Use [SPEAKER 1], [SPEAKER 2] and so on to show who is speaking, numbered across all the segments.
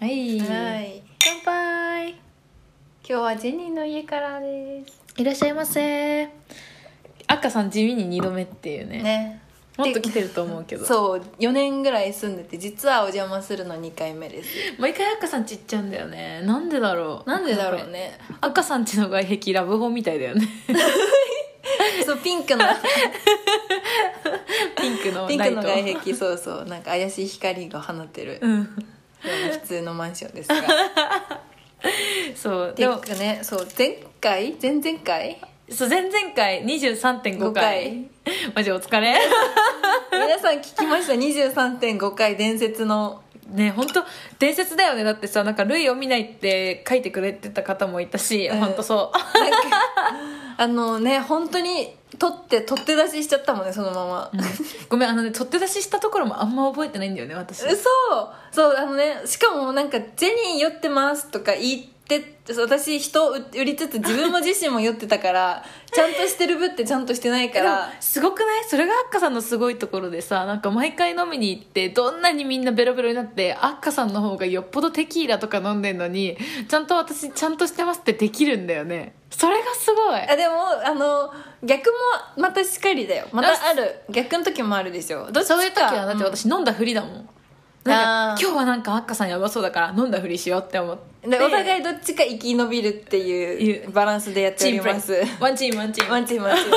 [SPEAKER 1] はい
[SPEAKER 2] はい
[SPEAKER 1] 乾杯
[SPEAKER 2] 今日はジェニーの家からです
[SPEAKER 1] いらっしゃいませ赤さん地味に2度目っていうね
[SPEAKER 2] ね
[SPEAKER 1] もっと来てると思うけど
[SPEAKER 2] そう4年ぐらい住んでて実はお邪魔するの2回目です
[SPEAKER 1] 毎回赤さんちっちゃいんだよねなんでだろう
[SPEAKER 2] なんでだろ うね
[SPEAKER 1] 赤さんちの外壁ラブホみたいだよ ね
[SPEAKER 2] そうピンクの
[SPEAKER 1] ピンクのラ
[SPEAKER 2] ピ
[SPEAKER 1] イ
[SPEAKER 2] ン
[SPEAKER 1] ト
[SPEAKER 2] クの外壁そうそうなんか怪しい光が放ってるよ
[SPEAKER 1] うん
[SPEAKER 2] うな普通のマンションですが
[SPEAKER 1] そう
[SPEAKER 2] で
[SPEAKER 1] で
[SPEAKER 2] も
[SPEAKER 1] も
[SPEAKER 2] ねそう前回前々回
[SPEAKER 1] そう前々回23.5
[SPEAKER 2] 5
[SPEAKER 1] 回
[SPEAKER 2] 回
[SPEAKER 1] マジお疲れ
[SPEAKER 2] 皆さん聞きました23.5回伝説の
[SPEAKER 1] ね本当伝説だよねだってさなんか類を見ないって書いてくれてた方もいたし、
[SPEAKER 2] うん
[SPEAKER 1] 本当そう
[SPEAKER 2] な んかあのね本当に取って取って出ししちゃったもんねそのまま、
[SPEAKER 1] ごめんあのね取って出ししたところもあんま覚えてないんだよね私
[SPEAKER 2] 嘘そうあのねしかもなんか「ジェニー酔ってます」とか言ってそう私人を売りつつ自分も自身も酔ってたから ちゃんとしてる分ってちゃんとしてないか
[SPEAKER 1] でも
[SPEAKER 2] ら
[SPEAKER 1] すごくないそれがアッカさんのすごいところでさなんか毎回飲みに行ってどんなにみんなベロベロになってアッカさんの方がよっぽどテキーラとか飲んでんのにちゃんと私ちゃんとしてますってできるんだよねそれがすごい
[SPEAKER 2] あでもあの逆もまたしっかりだよまたある逆の時もあるでしょどっちか
[SPEAKER 1] そういう時はだって
[SPEAKER 2] うん
[SPEAKER 1] 私飲んだふりだもん、なん
[SPEAKER 2] あ
[SPEAKER 1] か
[SPEAKER 2] ー
[SPEAKER 1] 今日はなんかアッカさんやばそうだから飲んだふりしようって思って
[SPEAKER 2] でお互いどっちか生き延びるっていうバランスでやって
[SPEAKER 1] チ
[SPEAKER 2] お
[SPEAKER 1] ー
[SPEAKER 2] り
[SPEAKER 1] ムプレ
[SPEAKER 2] ま
[SPEAKER 1] ー
[SPEAKER 2] す
[SPEAKER 1] ワンチームワンチーム
[SPEAKER 2] マンチーマ ンチー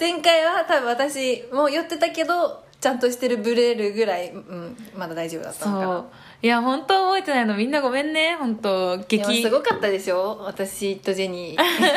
[SPEAKER 2] 前回は多分私も酔ってたけどちゃんとしてるブレるぐらい、うん、まだ大丈夫だったのか
[SPEAKER 1] そ
[SPEAKER 2] な
[SPEAKER 1] ういや本当覚えてないのみんなごめんね本当
[SPEAKER 2] いや
[SPEAKER 1] 激
[SPEAKER 2] すごかったでしょ私とジェニー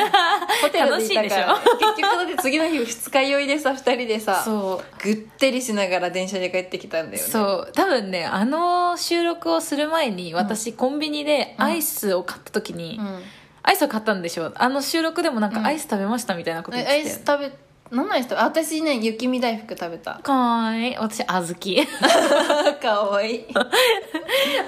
[SPEAKER 2] ホテルでいたから
[SPEAKER 1] 楽し
[SPEAKER 2] 結局だって次の日二日酔いでさ二人でさ
[SPEAKER 1] そう
[SPEAKER 2] ぐってりしながら電車で帰ってきたんだよね
[SPEAKER 1] そう多分ねあの収録をする前に私、コンビニでアイスを買った時に、
[SPEAKER 2] うん
[SPEAKER 1] アイスを買ったんでしょあの収録でもなん
[SPEAKER 2] う
[SPEAKER 1] か
[SPEAKER 2] ん
[SPEAKER 1] アイス食べましたみたいなこと言っ
[SPEAKER 2] えア
[SPEAKER 1] て
[SPEAKER 2] イ
[SPEAKER 1] たよ
[SPEAKER 2] ス
[SPEAKER 1] ね、
[SPEAKER 2] 食べ何のアイス食べあ私ね雪見大福食べた
[SPEAKER 1] かわいい私小 豆
[SPEAKER 2] かわいい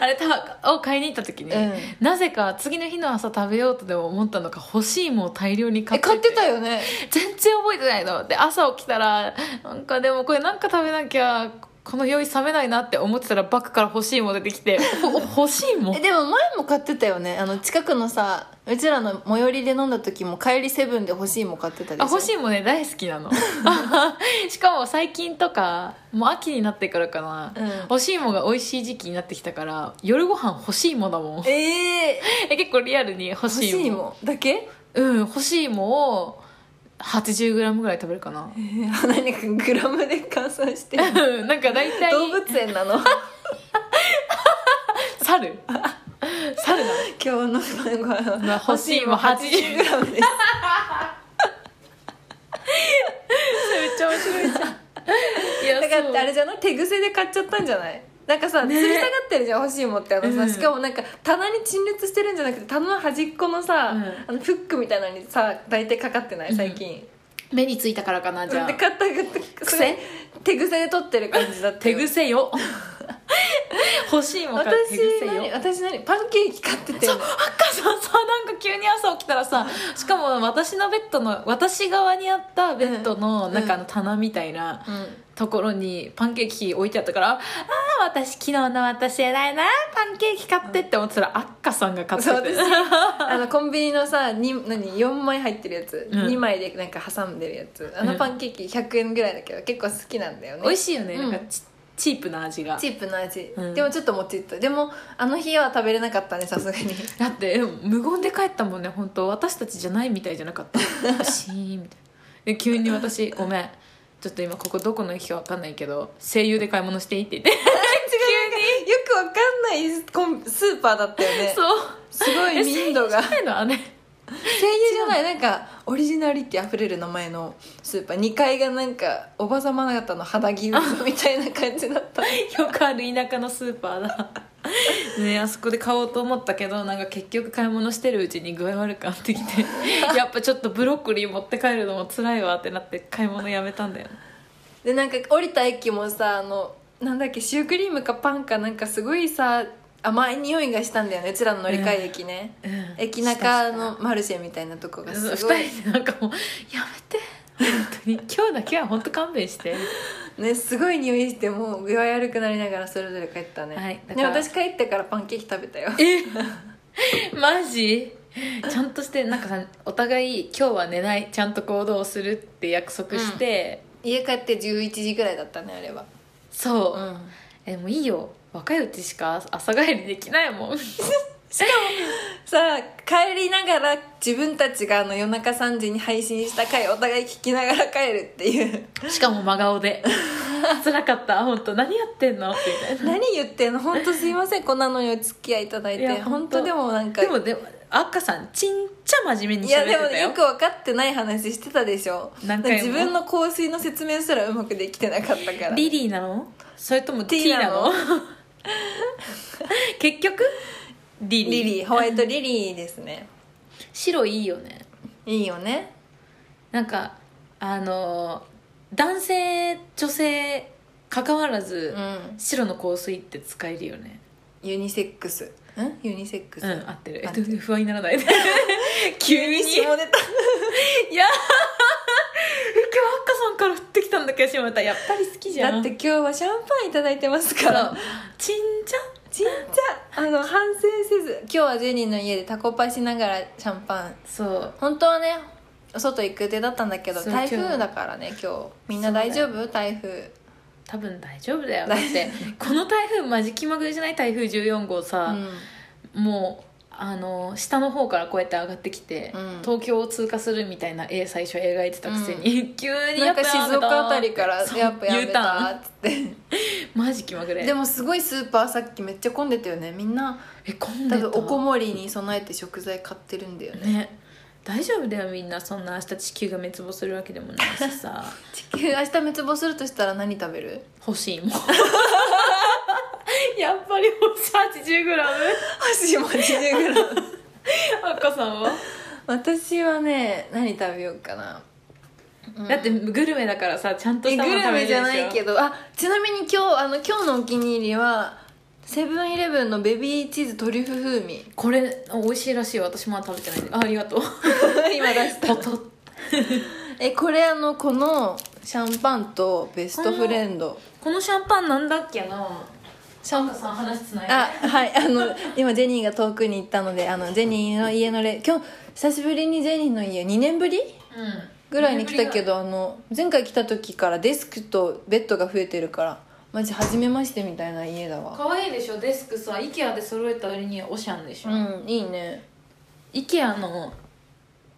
[SPEAKER 1] あれたを買いに行った時に、
[SPEAKER 2] うん
[SPEAKER 1] なぜか次の日の朝食べようとでも思ったのか欲しいものを大量に買
[SPEAKER 2] え
[SPEAKER 1] ってて
[SPEAKER 2] 買ってたよね
[SPEAKER 1] 全然覚えてないので朝起きたらなんかでもこれなんか食べなきゃこの酔い冷めないなって思ってたらバッグから欲しいもの出てき てほ欲しいもん
[SPEAKER 2] えでも前も買ってたよねあの近くのさうちらの最寄りで飲んだ時も帰りセブンで欲しいも買ってたでしょ
[SPEAKER 1] あ欲しいもね大好きなの しかも最近とかもう秋になってからかな、
[SPEAKER 2] うん
[SPEAKER 1] 欲しいもが美味しい時期になってきたから夜ご飯欲しいもだもん
[SPEAKER 2] ええ
[SPEAKER 1] え結構リアルに欲
[SPEAKER 2] ー、欲
[SPEAKER 1] しいも
[SPEAKER 2] しいもだけ
[SPEAKER 1] うん欲しいもを 80g ぐらい食べるかな
[SPEAKER 2] 何かグラムで換算して
[SPEAKER 1] うん なんか大体
[SPEAKER 2] 動物園なの
[SPEAKER 1] 猿猿なの
[SPEAKER 2] 今日の晩ご飯
[SPEAKER 1] まあ
[SPEAKER 2] は
[SPEAKER 1] 欲しいも
[SPEAKER 2] 80g です
[SPEAKER 1] めっちゃ面白いじゃん い
[SPEAKER 2] だ
[SPEAKER 1] や
[SPEAKER 2] からあ
[SPEAKER 1] そう
[SPEAKER 2] れじゃない手癖で買っちゃったんじゃないなんかさ、吊り下がってるじゃん欲しいもってあのさ、
[SPEAKER 1] うん
[SPEAKER 2] しかもなんか棚に陳列してるんじゃなくて棚の端っこのさ、
[SPEAKER 1] うん
[SPEAKER 2] あのフックみたいなのにさ大体かかってない最近、
[SPEAKER 1] 目についたからかなじゃあ
[SPEAKER 2] で買った買った
[SPEAKER 1] 癖
[SPEAKER 2] それ手癖で取ってる感じだった
[SPEAKER 1] 手
[SPEAKER 2] よ
[SPEAKER 1] 癖よ欲しいもから手
[SPEAKER 2] 私
[SPEAKER 1] 癖よ
[SPEAKER 2] 何私何パンケーキ買ってて
[SPEAKER 1] そう、赤さんさ、なんか急に朝起きたらさ、しかも私のベッドの、私側にあったベッドの、
[SPEAKER 2] うん
[SPEAKER 1] なんかあの棚みたいな
[SPEAKER 2] うん、
[SPEAKER 1] ところにパンケーキ置いてあったから、ああ、私、昨日の私偉いな、パンケーキ買ってって思ってたら、赤さんが買って
[SPEAKER 2] そう
[SPEAKER 1] て。
[SPEAKER 2] 私 あのコンビニのさに何4枚入ってるやつ、
[SPEAKER 1] うん
[SPEAKER 2] 二2枚でなんか挟んでるやつあのパンケーキ100円ぐらいだけど結構好きなんだよね
[SPEAKER 1] 美味しいよね、
[SPEAKER 2] うん
[SPEAKER 1] なんかチチープな味が。
[SPEAKER 2] チープな味、
[SPEAKER 1] うん
[SPEAKER 2] でもちょっともちっとでもあの日は食べれなかったねさ すが に
[SPEAKER 1] だって、でも無言で帰ったもんね、本当私たちじゃないみたいじゃなかった。シーンみたいな。で、急に私、ごめん。ちょっと今ここどこの駅かわかんないけど、声優で買い物していいって言って。
[SPEAKER 2] 急によくわかんないコンスーパーだったよね
[SPEAKER 1] そう。
[SPEAKER 2] すごい民度が
[SPEAKER 1] ないのはね
[SPEAKER 2] 声優じゃないなんかオリジナリティ溢れる名前のスーパー2階がなんかおばさま方の肌着みたいな感じだった
[SPEAKER 1] よくある田舎のスーパーだねあそこで買おうと思ったけどなんか結局買い物してるうちに具合悪くなってき てやっぱちょっとブロッコリー持って帰るのも辛いわってなって買い物やめたんだよ
[SPEAKER 2] でなんか降りた駅もさあのなんだっけシュークリームかパンかなんかすごいさ甘い匂いがしたんだよねうちらの乗り換え駅ね、
[SPEAKER 1] うん
[SPEAKER 2] 駅中のマルシェみたいなとこがす
[SPEAKER 1] 2
[SPEAKER 2] ごい
[SPEAKER 1] 人でなんかもうやめて本当に今日だけは本当勘弁して
[SPEAKER 2] ねすごい匂いしてもう具合悪くなりながらそれぞれ帰ったね、
[SPEAKER 1] はいだ
[SPEAKER 2] ね
[SPEAKER 1] から
[SPEAKER 2] 私帰ってからパンケーキ食べたよ
[SPEAKER 1] えマジちゃんとしてなんかさお互い今日は寝ないちゃんと行動するって約束して、
[SPEAKER 2] 家帰って11時ぐらいだったねあれは
[SPEAKER 1] そう、
[SPEAKER 2] うん
[SPEAKER 1] えもういいよ若いうちしか朝帰りできないもん
[SPEAKER 2] さあ帰りながら自分たちがあの夜中3時に配信した回お互い聞きながら帰るっていう
[SPEAKER 1] しかも真顔で 辛かった本当何やってんのみたいな
[SPEAKER 2] 何言ってんの本当すいませんこんなのにお付き合いいただいて
[SPEAKER 1] いやほ
[SPEAKER 2] 本
[SPEAKER 1] んと
[SPEAKER 2] 当でもなんか
[SPEAKER 1] でもでもあっかさんちんちゃ真面目に
[SPEAKER 2] い
[SPEAKER 1] しゃ
[SPEAKER 2] や
[SPEAKER 1] べっ
[SPEAKER 2] で
[SPEAKER 1] て
[SPEAKER 2] も
[SPEAKER 1] たよ
[SPEAKER 2] よく分かってない話してたでしょ
[SPEAKER 1] 何回も
[SPEAKER 2] 自分の香水の説明すらうまくできてなかったから
[SPEAKER 1] リリーなのそれとも
[SPEAKER 2] T
[SPEAKER 1] T なの
[SPEAKER 2] な
[SPEAKER 1] 結局リリー
[SPEAKER 2] リリーホワイトリリーですね
[SPEAKER 1] 白いいよね
[SPEAKER 2] いいよね
[SPEAKER 1] なんかあの男性女性関わら
[SPEAKER 2] う
[SPEAKER 1] ず、
[SPEAKER 2] ん
[SPEAKER 1] 白の香水って使えるよね
[SPEAKER 2] ユニセックスんユニセックス、
[SPEAKER 1] うん合ってる
[SPEAKER 2] 合ってる
[SPEAKER 1] え 不安にならない 急に
[SPEAKER 2] 下ネタ
[SPEAKER 1] いやー今日アッカさんから降ってきたんだけどしまったやっぱり好きじゃん
[SPEAKER 2] だって今日はシャンパンいただいてま
[SPEAKER 1] そ
[SPEAKER 2] すか
[SPEAKER 1] う
[SPEAKER 2] ら
[SPEAKER 1] ちんちゃ
[SPEAKER 2] ちんちゃんあの反省せず今日はジェニーの家でタコパしながらシャンパン
[SPEAKER 1] そう
[SPEAKER 2] 本当はね外行く予定だったんだけど
[SPEAKER 1] そう
[SPEAKER 2] 台
[SPEAKER 1] 今
[SPEAKER 2] 風
[SPEAKER 1] 日
[SPEAKER 2] だからね今日みんな大丈夫台風
[SPEAKER 1] 多分大丈夫だよだっ
[SPEAKER 2] 大
[SPEAKER 1] てこの台風マジ気まぐれじゃない台風14号
[SPEAKER 2] う
[SPEAKER 1] さ、
[SPEAKER 2] ん
[SPEAKER 1] もうあの下の方からこうやって上がってきて、
[SPEAKER 2] うん
[SPEAKER 1] 東京を通過するみたいな絵最初描いてたくせに、急に
[SPEAKER 2] な
[SPEAKER 1] や
[SPEAKER 2] ん
[SPEAKER 1] っ
[SPEAKER 2] か
[SPEAKER 1] ぱ
[SPEAKER 2] 静岡あたりから
[SPEAKER 1] そう
[SPEAKER 2] やっぱやめ
[SPEAKER 1] U
[SPEAKER 2] た
[SPEAKER 1] タ
[SPEAKER 2] ー
[SPEAKER 1] ー
[SPEAKER 2] っつって
[SPEAKER 1] ンマジ気まぐれ
[SPEAKER 2] でもすごいスーパーさっきめっちゃ混んでたよねみんな
[SPEAKER 1] え混ん
[SPEAKER 2] 多
[SPEAKER 1] でた
[SPEAKER 2] 分おこもりに備えて食材買ってるんだよね
[SPEAKER 1] ね大丈夫だよみんなそんな明日地球が滅亡するわけでもないしさ
[SPEAKER 2] 地球明日滅亡するとしたら何食べる
[SPEAKER 1] 欲し いもんやっぱり欲しい 80g
[SPEAKER 2] 箸も80ぐらい
[SPEAKER 1] 赤さんは
[SPEAKER 2] 私はね何食べようかな、うん
[SPEAKER 1] だってグルメだからさちゃんと
[SPEAKER 2] え
[SPEAKER 1] したも
[SPEAKER 2] グ
[SPEAKER 1] の
[SPEAKER 2] ル
[SPEAKER 1] 食べ
[SPEAKER 2] メ
[SPEAKER 1] る
[SPEAKER 2] じ
[SPEAKER 1] でしょ
[SPEAKER 2] ゃないけどあちなみに今日あの今日のお気に入りはセブンイレブンのベビーチーズトリュフ風味
[SPEAKER 1] これ美味しいらしいよ私まだ食べてないんであありがと う
[SPEAKER 2] 今出し
[SPEAKER 1] ポ
[SPEAKER 2] た
[SPEAKER 1] ト
[SPEAKER 2] えこれあのこのシャンパンとベストフレンド
[SPEAKER 1] このシャンパンなんだっけな
[SPEAKER 2] シャンパン
[SPEAKER 1] さん話つないで
[SPEAKER 2] あはいあの今ジェニーが遠くに行ったのであのジェニーの家のレ今日久しぶりにジェニーの家2年ぶり
[SPEAKER 1] うん
[SPEAKER 2] ぐらいに来たけ
[SPEAKER 1] ど
[SPEAKER 2] どあの前回来た時からデスクとベッドが増えてるからマジ初めましてみたいな家だわ
[SPEAKER 1] 可愛いでしょデスクさ IKEA で揃えた割にはおしゃんでし
[SPEAKER 2] う
[SPEAKER 1] ょ、
[SPEAKER 2] んいいね
[SPEAKER 1] IKEA の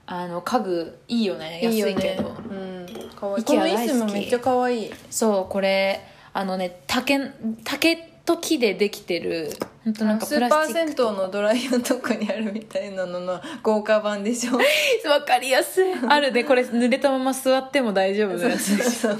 [SPEAKER 1] あの家具いいよね安
[SPEAKER 2] いいよ
[SPEAKER 1] いけ
[SPEAKER 2] ね
[SPEAKER 1] ど
[SPEAKER 2] うんかわいい
[SPEAKER 1] IKEA
[SPEAKER 2] この椅
[SPEAKER 1] 大
[SPEAKER 2] 子
[SPEAKER 1] 好き
[SPEAKER 2] もめっちゃかわいい
[SPEAKER 1] そうこれあのね竹竹と木でできてる本当なんか
[SPEAKER 2] ス
[SPEAKER 1] プ
[SPEAKER 2] ー
[SPEAKER 1] ラス
[SPEAKER 2] パー
[SPEAKER 1] チッ
[SPEAKER 2] 銭湯のドライヤーのとこにあるみたいなのの豪華版でし ょ
[SPEAKER 1] クわかりやすいあるでこれ濡れたまま座っても大丈夫なやつ
[SPEAKER 2] そう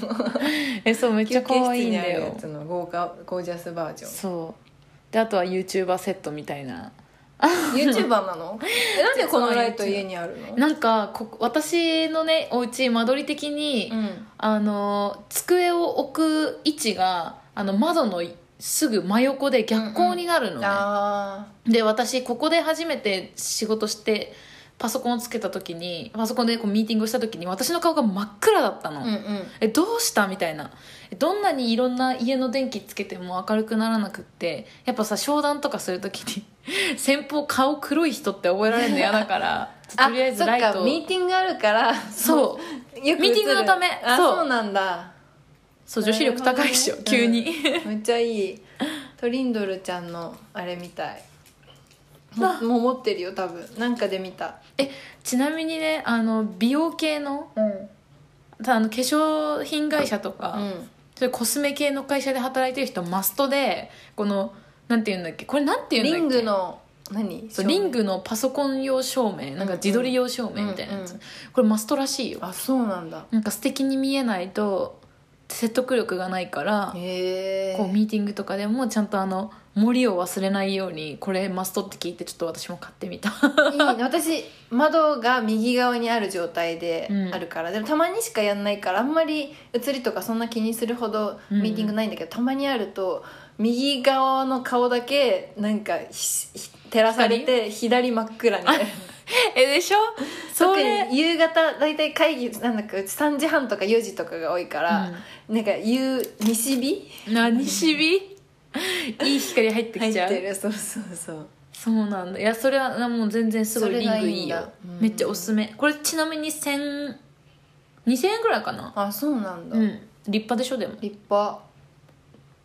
[SPEAKER 1] えそうめっち
[SPEAKER 2] 休
[SPEAKER 1] ゃ可
[SPEAKER 2] 憩
[SPEAKER 1] 愛
[SPEAKER 2] 室
[SPEAKER 1] いん
[SPEAKER 2] にあ
[SPEAKER 1] だ
[SPEAKER 2] る
[SPEAKER 1] よ
[SPEAKER 2] やつの豪華ゴージャス バージョン
[SPEAKER 1] そうであとは YouTuber セットみたいな
[SPEAKER 2] YouTuber なのえなんでこのライト家にあるの
[SPEAKER 1] なんかこ私のねお家間取り的に、
[SPEAKER 2] うん
[SPEAKER 1] あの机を置く位置があの窓のすぐ真横で逆光になるのね、
[SPEAKER 2] あ
[SPEAKER 1] で私ここで初めて仕事してパソコンをつけた時にパソコンでこうミーティングをした時に私の顔が真っ暗だったの、
[SPEAKER 2] あうんうん
[SPEAKER 1] えどうしたみたいなえどんなにいろんな家の電気つけても明るくならなくってやっぱさ商談とかするときに 先方顔黒い人って覚えられるの嫌だから ちょっととりあえずライ
[SPEAKER 2] そっ
[SPEAKER 1] ト
[SPEAKER 2] か
[SPEAKER 1] を
[SPEAKER 2] ミーティングあるから
[SPEAKER 1] そう
[SPEAKER 2] う よく
[SPEAKER 1] ミ
[SPEAKER 2] 映る
[SPEAKER 1] ーティングのため
[SPEAKER 2] あ
[SPEAKER 1] そう
[SPEAKER 2] そうなんだ
[SPEAKER 1] そう女子力高いっしょ、
[SPEAKER 2] なるほどね
[SPEAKER 1] 急に、
[SPEAKER 2] めっちゃいいトリンドルちゃんのあれみたいも
[SPEAKER 1] な
[SPEAKER 2] もう持ってるよ多分なんかで見た
[SPEAKER 1] えちなみにねあの美容系の
[SPEAKER 2] うん
[SPEAKER 1] あの化粧品会社とか、
[SPEAKER 2] うん
[SPEAKER 1] それコスメ系の会社で働いてる人マストでこのなんていうんだっけこれなんていうんだっ
[SPEAKER 2] リ
[SPEAKER 1] け
[SPEAKER 2] ングの何
[SPEAKER 1] そうリングのパソコン用照明なんか自撮り用照明みたいなやつ、
[SPEAKER 2] うんうん
[SPEAKER 1] これマストらしいよ
[SPEAKER 2] あそうなんだ
[SPEAKER 1] なんか素敵に見えないと説得力がないから、
[SPEAKER 2] へえ
[SPEAKER 1] こうミーティングとかでもちゃんとあの森を忘れないようにこれマストって聞いてちょっと私も買ってみ た
[SPEAKER 2] いいね私窓が右側にある状態で
[SPEAKER 1] うん
[SPEAKER 2] あるから、でもたまにしかやんないからあんまり映りとかそんな気にするほど
[SPEAKER 1] うん
[SPEAKER 2] ミーティングないんだけど、たまにあると右側の顔だけなんかひひ照らされて左真っ暗になる
[SPEAKER 1] えでしょそ
[SPEAKER 2] 特
[SPEAKER 1] れ
[SPEAKER 2] に夕方大体会議なんだっけうち3時半とか4時とかが多いから、なんか夕西日
[SPEAKER 1] 何しび いい光入って
[SPEAKER 2] 入
[SPEAKER 1] き
[SPEAKER 2] っ
[SPEAKER 1] ちゃう
[SPEAKER 2] てるそうそうそう
[SPEAKER 1] そうなんだいやそれはもう全然すごい
[SPEAKER 2] それ
[SPEAKER 1] リン
[SPEAKER 2] が
[SPEAKER 1] グ
[SPEAKER 2] いい
[SPEAKER 1] いい
[SPEAKER 2] ん
[SPEAKER 1] よ
[SPEAKER 2] だうん
[SPEAKER 1] めっちゃおすすめこれちなみに1000 2000円ぐらいかな
[SPEAKER 2] あそうなんだ、
[SPEAKER 1] うん立派でしょでも
[SPEAKER 2] 立派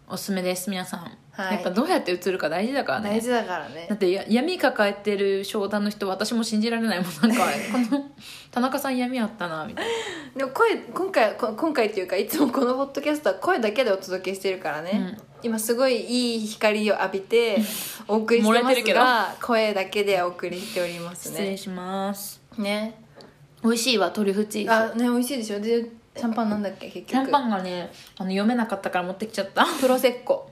[SPEAKER 1] おすすめです皆さん、
[SPEAKER 2] はい
[SPEAKER 1] やっぱどうやって映るか大事だからね
[SPEAKER 2] 大事だからね
[SPEAKER 1] だってや闇抱えてる商談の人私も信じられないもんなん かこの田中さん闇あったなみたい
[SPEAKER 2] でも声今回こ今回っていうかいつもこのポッドキャストは声だけでお届けしてるからね、今すごいいい光を浴びてお送りして
[SPEAKER 1] 漏
[SPEAKER 2] ま
[SPEAKER 1] れてる
[SPEAKER 2] す
[SPEAKER 1] けど
[SPEAKER 2] が声だけでお送りしております
[SPEAKER 1] な失礼
[SPEAKER 2] ね
[SPEAKER 1] します
[SPEAKER 2] ね
[SPEAKER 1] 美味しいわトリュフチーズ
[SPEAKER 2] あね美味しいでしょでシャンパンなんだっけ結局
[SPEAKER 1] シャンパンがねあの読めなかったから持ってきちゃった
[SPEAKER 2] プロセッコ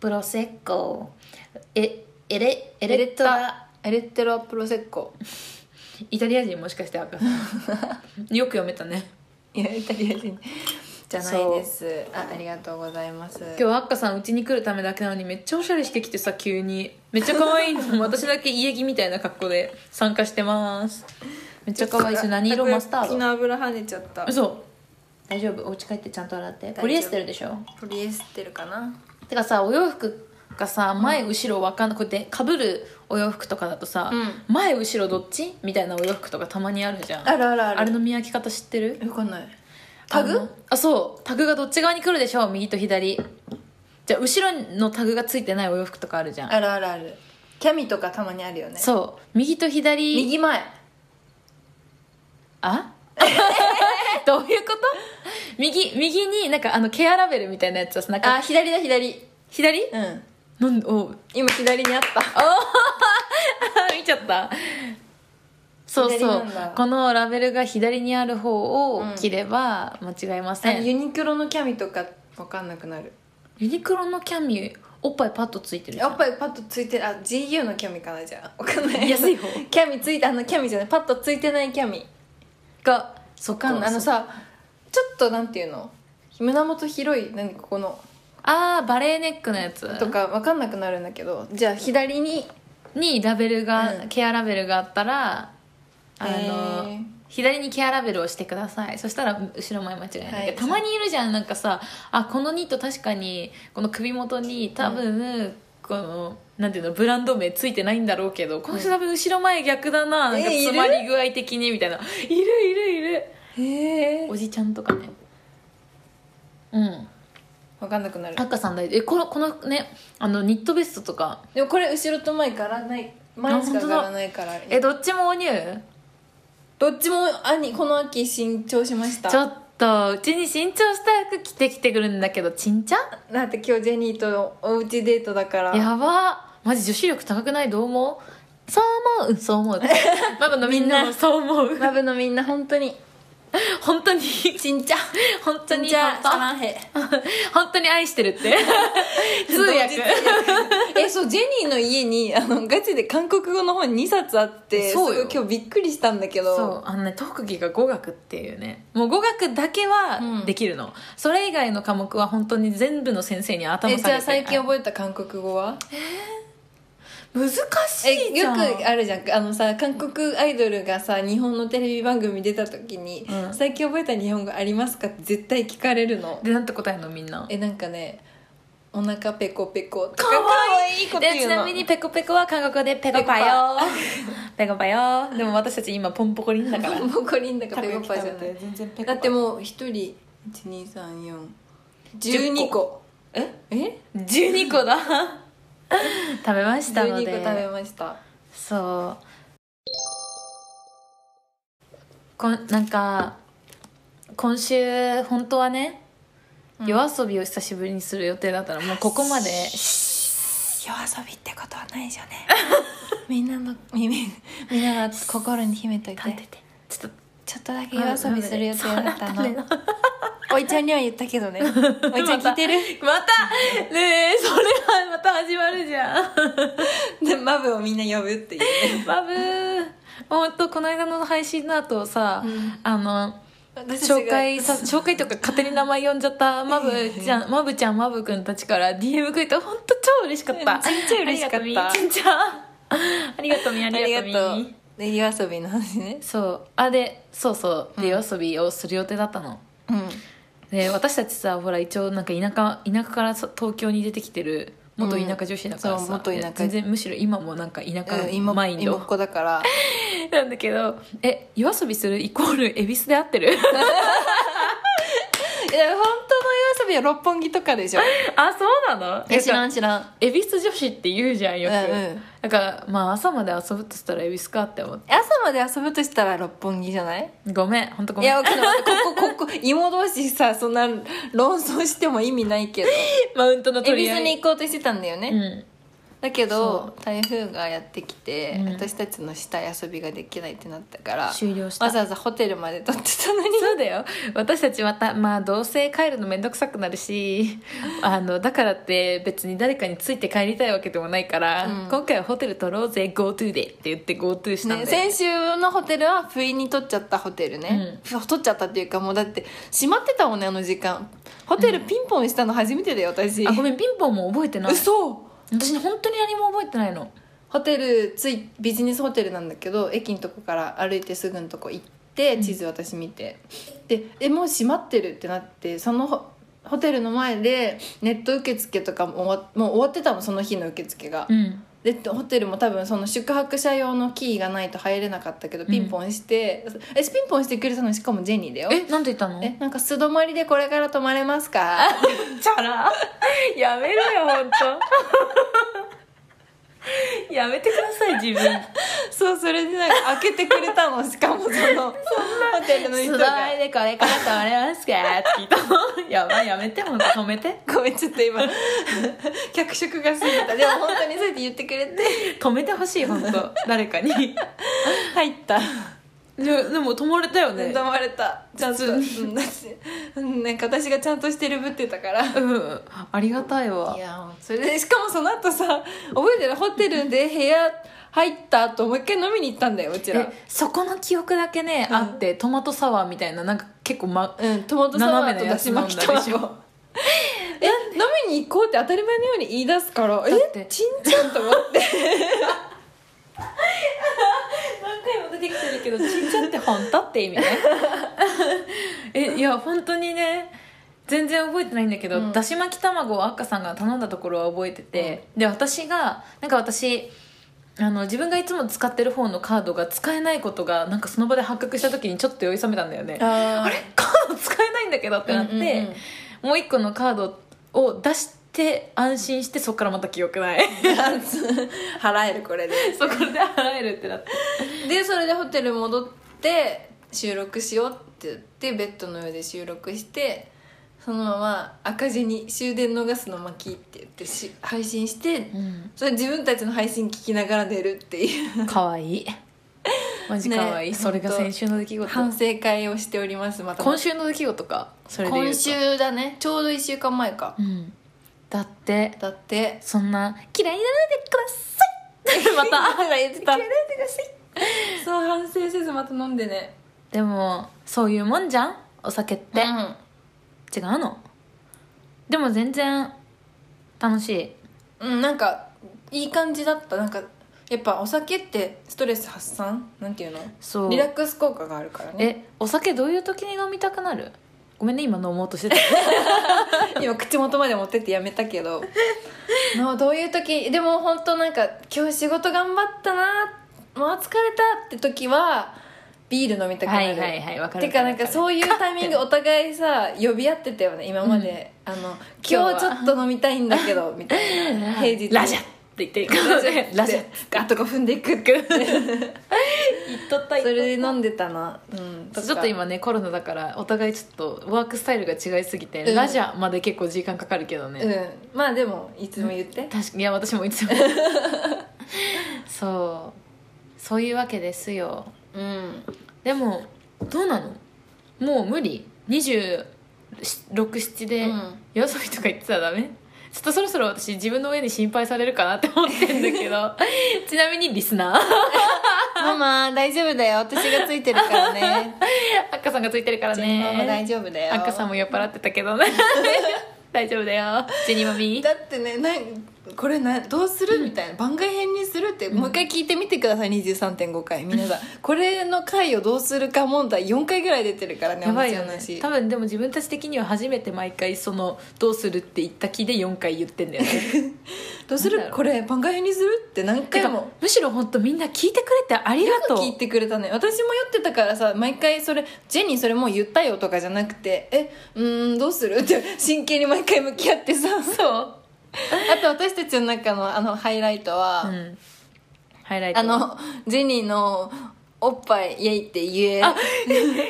[SPEAKER 1] プロセッコえエレエ
[SPEAKER 2] エ
[SPEAKER 1] レ
[SPEAKER 2] レ
[SPEAKER 1] ッ
[SPEAKER 2] ッ
[SPEAKER 1] ト
[SPEAKER 2] ト
[SPEAKER 1] ラ
[SPEAKER 2] ラエレットラプロセッコ
[SPEAKER 1] イタリア人もしかして赤さ んよく読めたね
[SPEAKER 2] いやイタリア人じゃないですあありがとうございます
[SPEAKER 1] 今日は赤さんうちに来るためだけなのにめっちゃおしゃれしてきてさ急にめっちゃ可愛いの私だけ家着みたいな格好で参加してますめっちゃ可愛いし何色マスタ
[SPEAKER 2] たこ焼き
[SPEAKER 1] ード
[SPEAKER 2] の油跳ねちゃった
[SPEAKER 1] 嘘大丈夫お家帰ってちゃんと洗って
[SPEAKER 2] 夫
[SPEAKER 1] ポリエステルでしょ
[SPEAKER 2] ポリエステルかな
[SPEAKER 1] てかさお洋服がさ前後ろわかんこうやってかぶるお洋服とかだとさ、
[SPEAKER 2] う
[SPEAKER 1] 前後ろどっちみたいなお洋服とかたまにあるじゃん
[SPEAKER 2] あるあるある
[SPEAKER 1] あれの見分け方知ってる
[SPEAKER 2] わかんないタ
[SPEAKER 1] あの
[SPEAKER 2] グ
[SPEAKER 1] あそうタグがどっち側に来るでしょう右と左じゃあ後ろのタグがついてないお洋服とかあるじゃん
[SPEAKER 2] あるあるあるキャミとかたまにあるよね
[SPEAKER 1] そう右と左
[SPEAKER 2] 右前
[SPEAKER 1] あ どういうこと右右になんかあのケアラベルみたいなやつはさなん
[SPEAKER 2] あ
[SPEAKER 1] か
[SPEAKER 2] 左だ左
[SPEAKER 1] 左
[SPEAKER 2] うん
[SPEAKER 1] なんお
[SPEAKER 2] 今左にあった
[SPEAKER 1] 見ちゃったそう
[SPEAKER 2] 左
[SPEAKER 1] そ
[SPEAKER 2] な
[SPEAKER 1] うん
[SPEAKER 2] だ
[SPEAKER 1] このラベルが左にある方を
[SPEAKER 2] うん
[SPEAKER 1] 着れば間違いま
[SPEAKER 2] あ
[SPEAKER 1] せん、
[SPEAKER 2] ユニクロのキャミとかわかんなくなる
[SPEAKER 1] ユニクロのキャミおっぱいパッとついてるじゃ
[SPEAKER 2] や
[SPEAKER 1] ん
[SPEAKER 2] っぱりパッとついてるあ GU のキャミかなじゃあわかんない
[SPEAKER 1] 安い方
[SPEAKER 2] キャミついてあのキャミじゃないパッとついてないキャミ
[SPEAKER 1] がそっ
[SPEAKER 2] わかんないあの
[SPEAKER 1] そう
[SPEAKER 2] さちょっとなんていうの胸元広い何ここの
[SPEAKER 1] あーバレーネックのやつ
[SPEAKER 2] とかわかんなくなるんだけどじゃあ左に
[SPEAKER 1] にラベルが、
[SPEAKER 2] うん
[SPEAKER 1] ケアラベルがあったらあ
[SPEAKER 2] へ
[SPEAKER 1] の
[SPEAKER 2] ー
[SPEAKER 1] 左にケアラベルをしてくださいそしたら後ろ前間違いないんだけど、
[SPEAKER 2] はい
[SPEAKER 1] たまにいるじゃんなんかさあこのニット確かにこの首元に多分、このなんていうのブランド名ついてないんだろうけどこの人多分後ろ前逆だな,、なんか
[SPEAKER 2] えいる
[SPEAKER 1] 詰まり具合的にみたいないるいるいる
[SPEAKER 2] へえ
[SPEAKER 1] おじちゃんとかねうん
[SPEAKER 2] わかんなくなる
[SPEAKER 1] 赤さん大事えこのこのねあのニットベストとか
[SPEAKER 2] でもこれ後ろと前からない前しか上がらないから
[SPEAKER 1] えどっちもお乳
[SPEAKER 2] どっちも兄この秋新調しました
[SPEAKER 1] ちょっとうちに新調した服着てきてくるんだけどちんちゃ
[SPEAKER 2] だって今日ジェニーとおうちデートだから
[SPEAKER 1] やばマジ女子力高くないどう思うそう思ううんそう思 うママのみんなもそう思う
[SPEAKER 2] ラブのみんな本当に
[SPEAKER 1] 本当にちんちゃ本当に
[SPEAKER 2] じゃあ
[SPEAKER 1] 本当
[SPEAKER 2] サランヘ
[SPEAKER 1] 本当に愛してるって 通訳
[SPEAKER 2] 同時えそうジェニーの家にあのガチで韓国語の本2冊あって
[SPEAKER 1] そうよ
[SPEAKER 2] すごい今日びっくりしたんだけど
[SPEAKER 1] そうあのね特技が語学っていうねもう語学だけはできるの、それ以外の科目は本当に全部の先生に頭下
[SPEAKER 2] え
[SPEAKER 1] げて
[SPEAKER 2] じゃあ最近覚えた韓国語は
[SPEAKER 1] 難し
[SPEAKER 2] え
[SPEAKER 1] いじ
[SPEAKER 2] よ
[SPEAKER 1] ゃん
[SPEAKER 2] くあるじゃんあのさ韓国アイドルがさ日本のテレビ番組出た時に、
[SPEAKER 1] うん
[SPEAKER 2] 最近覚えた日本語ありますか?」って絶対聞かれるの
[SPEAKER 1] でなんて 答えるのみんな
[SPEAKER 2] えなんかね「お腹ペコペコ」と
[SPEAKER 1] かわ
[SPEAKER 2] いいこと言う
[SPEAKER 1] で
[SPEAKER 2] の
[SPEAKER 1] ちなみにペコペコは韓国語でペコパよペコパよでも私たち今ポンポコリンだから
[SPEAKER 2] もうこれいいんだからペコパじゃない
[SPEAKER 1] 全然ペ
[SPEAKER 2] だってもう一人123412個ええ
[SPEAKER 1] 12個だ食べました
[SPEAKER 2] 12
[SPEAKER 1] の
[SPEAKER 2] 個食
[SPEAKER 1] で
[SPEAKER 2] べました
[SPEAKER 1] そうこんなんか今週本当はね夜遊びを久しぶりにする予定だったらもうここまで
[SPEAKER 2] 夜遊びってことはないですよね みんなの耳みんなが心に秘めといて
[SPEAKER 1] 立ててちょっと
[SPEAKER 2] ちょっとだけ夜遊びする予定だったの
[SPEAKER 1] そう
[SPEAKER 2] おいちゃんには言ったけ どねおいちゃん聞いてる
[SPEAKER 1] またねえそれはまた始まるじゃん
[SPEAKER 2] でマブをみんな呼ぶっていうね
[SPEAKER 1] バブー本当この間の配信の後さ、
[SPEAKER 2] うん
[SPEAKER 1] あの
[SPEAKER 2] 私たちが
[SPEAKER 1] 紹介さ紹介とか勝手に名前呼んじゃ ったマブちゃんマブちゃんマブくんたちから DM くれて本当超嬉しかった
[SPEAKER 2] めっちゃ嬉しかった
[SPEAKER 1] ありがとみちんちゃんありがとみありがとみ
[SPEAKER 2] ありがとうで夜遊びの話ね
[SPEAKER 1] そうあでそうそうで
[SPEAKER 2] う
[SPEAKER 1] 夜遊びをする予定だったの、
[SPEAKER 2] うん
[SPEAKER 1] で私たちさほら一応なんか田舎田舎からさ東京に出てきてる元田舎女子だからさ、
[SPEAKER 2] うんそう元田舎
[SPEAKER 1] いや全然むしろ今もなんか田
[SPEAKER 2] うん
[SPEAKER 1] 舎
[SPEAKER 2] 今
[SPEAKER 1] マイン
[SPEAKER 2] 今
[SPEAKER 1] ド
[SPEAKER 2] っ、子だから
[SPEAKER 1] なんだけどえ夜遊びするイコール恵比寿で合ってる
[SPEAKER 2] いや本当の夜遊びは六本木とかでしょ
[SPEAKER 1] あそうなの
[SPEAKER 2] え知ら
[SPEAKER 1] なん
[SPEAKER 2] ん
[SPEAKER 1] か
[SPEAKER 2] 知らん
[SPEAKER 1] 恵比寿女子って言うじゃんよく、
[SPEAKER 2] うんうん
[SPEAKER 1] だからまあ朝まで遊ぶとしたら恵比寿かって思って
[SPEAKER 2] 朝まで遊ぶとしたら六本木じゃない
[SPEAKER 1] ごめん本当ご
[SPEAKER 2] い
[SPEAKER 1] めん
[SPEAKER 2] やけど待ってここここ芋同士さそんな論争しても意味ないけど
[SPEAKER 1] マウントの
[SPEAKER 2] 恵
[SPEAKER 1] 取
[SPEAKER 2] 比
[SPEAKER 1] り合
[SPEAKER 2] 寿
[SPEAKER 1] い
[SPEAKER 2] に行こうとしてたんだよね、
[SPEAKER 1] うん
[SPEAKER 2] だ
[SPEAKER 1] そ
[SPEAKER 2] けど台風がやってきて、
[SPEAKER 1] うん
[SPEAKER 2] 私たちのしたい遊びができないってなったから
[SPEAKER 1] 終了した
[SPEAKER 2] わざわざホテルまで取ってたのに
[SPEAKER 1] そうだよ私たちまたまあどうせ帰るの面倒くさくなる しあのだからって別に誰かについて帰りたいわけでもないから、
[SPEAKER 2] うん
[SPEAKER 1] 今回はホテル取ろうぜ GoTo でって言って GoTo したん
[SPEAKER 2] ね、
[SPEAKER 1] だよ、
[SPEAKER 2] 先週のホテルは不意に取っちゃったホテルね、取っちゃったっていうかもうだって閉まってたもんねあの時間ホテルピンポンしたの初めてだよ私、
[SPEAKER 1] あごめんピンポンも覚えてない
[SPEAKER 2] 嘘
[SPEAKER 1] 私本当に何も覚えてないの
[SPEAKER 2] ホテルついビジネスホテルなんだけど駅のとこから歩いてすぐのとこ行って地図私見て、でえもう閉まってるってなってそのホホテルの前でネット受付とかも終わもう終わってたのその日の受付が、
[SPEAKER 1] うん
[SPEAKER 2] でホテルも多分その宿泊者用のキーがないと入れなかったけど
[SPEAKER 1] うん
[SPEAKER 2] ピンポンして、えピンポンしてくれたのしかもジェニーだよ
[SPEAKER 1] えなんて言ったの
[SPEAKER 2] えなんか素泊まりでこれから泊まれますか
[SPEAKER 1] チャラ やめろよ本当 やめてください自分
[SPEAKER 2] そうそれでなんか開けてくれたのしか もそのホテルの人
[SPEAKER 1] 素
[SPEAKER 2] が
[SPEAKER 1] 材でこれから食べれますかって聞いたの やばいやめて本当止めて
[SPEAKER 2] ごめんちょっと今 脚色が過ぎたでも本当にそうやって言ってくれて
[SPEAKER 1] 止めてほしい本当誰かに
[SPEAKER 2] 入った
[SPEAKER 1] ででも止まれたよね
[SPEAKER 2] 止まれたちゃんと、
[SPEAKER 1] 普
[SPEAKER 2] うん、だってうんなんか私がちゃんとしてるぶってたから
[SPEAKER 1] うんありがたいわ
[SPEAKER 2] いやそれでしかもその後さ覚えてるホテルで部屋入った後もう一回飲みに行ったんだようちら
[SPEAKER 1] えそこの記憶だけね、
[SPEAKER 2] うん
[SPEAKER 1] あってトマトサワーみたいななんか結構ま
[SPEAKER 2] うんトマトサワ
[SPEAKER 1] 斜
[SPEAKER 2] ー
[SPEAKER 1] め
[SPEAKER 2] と
[SPEAKER 1] の
[SPEAKER 2] だ
[SPEAKER 1] やつ
[SPEAKER 2] し
[SPEAKER 1] 飲んだ
[SPEAKER 2] 巻
[SPEAKER 1] で
[SPEAKER 2] き
[SPEAKER 1] しょ
[SPEAKER 2] 卵 え飲みに行こうって当たり前のように言い出すから
[SPEAKER 1] だって
[SPEAKER 2] えちんちゃんと思って
[SPEAKER 1] 何回も出てきてるけどちっちゃって本当って意味 ねえいや本当にね全然覚えてないんだけど、
[SPEAKER 2] うん
[SPEAKER 1] だし巻き卵を赤さんが頼んだところは覚えてて、で私がなんか私あの自分がいつも使ってる方のカードが使えないことがなんかその場で発覚した時にちょっと酔い覚めたんだよねあ
[SPEAKER 2] あ
[SPEAKER 1] れ カード使えないんだけどってなって、
[SPEAKER 2] うんうんうん
[SPEAKER 1] もう一個のカードを出して安心してそこからまた記憶ない
[SPEAKER 2] 払えるこれで
[SPEAKER 1] そこで払えるってなって
[SPEAKER 2] でそれでホテル戻って収録しようって言ってベッドの上で収録してそのまま赤字に終電逃すの巻きって言ってし配信してそれ自分たちの配信聞きながら寝るっていう
[SPEAKER 1] 可愛いいマジ可愛いい、
[SPEAKER 2] ね
[SPEAKER 1] それが先週の出来事
[SPEAKER 2] 反省会をしておりますまた
[SPEAKER 1] 今週の出来事かそれで言うと
[SPEAKER 2] 今週だねちょうど1週間前か
[SPEAKER 1] うん、だって
[SPEAKER 2] だって
[SPEAKER 1] そんな「嫌いにならないでくだ さい」また あら言ってた
[SPEAKER 2] 嫌いてくそう反省せずまた飲んでね
[SPEAKER 1] でもそういうもんじゃんお酒って、
[SPEAKER 2] うん
[SPEAKER 1] 違うのでも全然楽しい
[SPEAKER 2] うんなんかいい感じだったなんかやっぱお酒ってストレス発散なんていうの
[SPEAKER 1] そう
[SPEAKER 2] リラックス効果があるからね
[SPEAKER 1] えお酒どういう時に飲みたくなるごめんね今飲もうとしてた
[SPEAKER 2] 今口元まで持ってってやめたけ どのどういう時でも本当なんか今日仕事頑張ったなもう疲れたって時はビール飲みたくなる
[SPEAKER 1] はいはいはいわかる
[SPEAKER 2] てかなんか
[SPEAKER 1] う
[SPEAKER 2] そういうタイミングお互いさ呼び合ってたよね今まで、あの
[SPEAKER 1] 日は
[SPEAKER 2] 今日ちょっと飲みたいんだけどみた いな平日
[SPEAKER 1] ラジャって言ってるからね ラジャ
[SPEAKER 2] ガッとこう踏んでいく
[SPEAKER 1] 言っとった
[SPEAKER 2] それで飲んでたな、うん、
[SPEAKER 1] ちょっと今ねコロナだからお互いちょっとワークスタイルが違いすぎて、
[SPEAKER 2] うん
[SPEAKER 1] ラジャまで結構時間かかるけどね、
[SPEAKER 2] うんまあでもいつも言って、
[SPEAKER 1] 確かにいや私もい つもそうそういうわけですよ
[SPEAKER 2] うん、
[SPEAKER 1] でもどうなのもう無理267で
[SPEAKER 2] うん
[SPEAKER 1] 夜遊びとか言ってたらダメちょっとそろそろ私自分の親に心配されるかなって思ってんだけ どちなみにリスナー
[SPEAKER 2] ママ大丈夫だよ私がついてるからね
[SPEAKER 1] 赤さんがついてるから
[SPEAKER 2] ジェニーママ大
[SPEAKER 1] ね
[SPEAKER 2] 丈夫だよ
[SPEAKER 1] 赤さんも酔っ払ってたけど ね大丈夫だよジェニーマミー
[SPEAKER 2] だってねなんこれなどうするみたいな番外編にするってでもう一回聞いてみてください23.5回皆さんこれの回をどうするか問題4回ぐらい出てるからね
[SPEAKER 1] やばいよ
[SPEAKER 2] 同
[SPEAKER 1] ね
[SPEAKER 2] じ話
[SPEAKER 1] 多分でも自分たち的には初めて毎回その「どうする?」って言った気で4回言ってんだよ ね
[SPEAKER 2] どうす
[SPEAKER 1] なんだ
[SPEAKER 2] る
[SPEAKER 1] ろう
[SPEAKER 2] これ番外編にするって何
[SPEAKER 1] て
[SPEAKER 2] 回
[SPEAKER 1] か
[SPEAKER 2] も
[SPEAKER 1] むしろ本当みんな聞いてくれてありがとう
[SPEAKER 2] 聞いてくれたね私も酔ってたからさ毎回それジェニーそれもう言ったよとかじゃなくてえうーんどうするって真剣に毎回向き合ってさ
[SPEAKER 1] そう、
[SPEAKER 2] あと私たちの中のあのハイライトは、
[SPEAKER 1] うん、ハイライト
[SPEAKER 2] あのジェニーのおっぱいイエイって言え
[SPEAKER 1] あ それめっち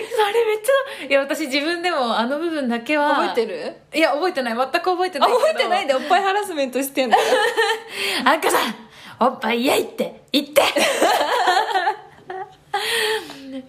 [SPEAKER 1] ゃいや私自分でもあの部分だけは
[SPEAKER 2] 覚えてる
[SPEAKER 1] いや覚えてない全く覚えて
[SPEAKER 2] あ
[SPEAKER 1] ないけど
[SPEAKER 2] 覚えてないでおっぱいハラスメントしてんだ
[SPEAKER 1] あっかさんおっぱいイエイって言って